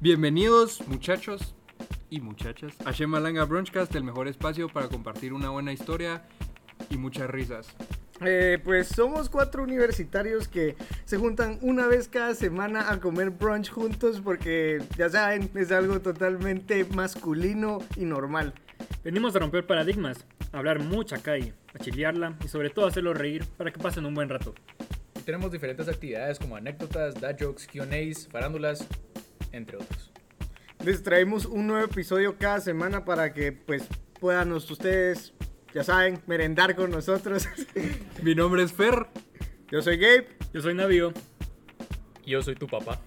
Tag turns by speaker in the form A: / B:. A: Bienvenidos, muchachos y muchachas, a Shemalanga Brunchcast, el mejor espacio para compartir una buena historia y muchas risas.
B: Eh, pues somos cuatro universitarios que se juntan una vez cada semana a comer brunch juntos porque ya saben, es algo totalmente masculino y normal.
C: Venimos a romper paradigmas, a hablar mucha calle, a chilearla y sobre todo a hacerlos reír para que pasen un buen rato.
D: Y tenemos diferentes actividades como anécdotas, dad jokes, Q&As, farándulas, entre otros.
B: Les traemos un nuevo episodio cada semana para que pues puedan ustedes, ya saben, merendar con nosotros.
A: Mi nombre es Fer.
B: Yo soy Gabe.
C: Yo soy Navío.
D: Yo soy tu papá.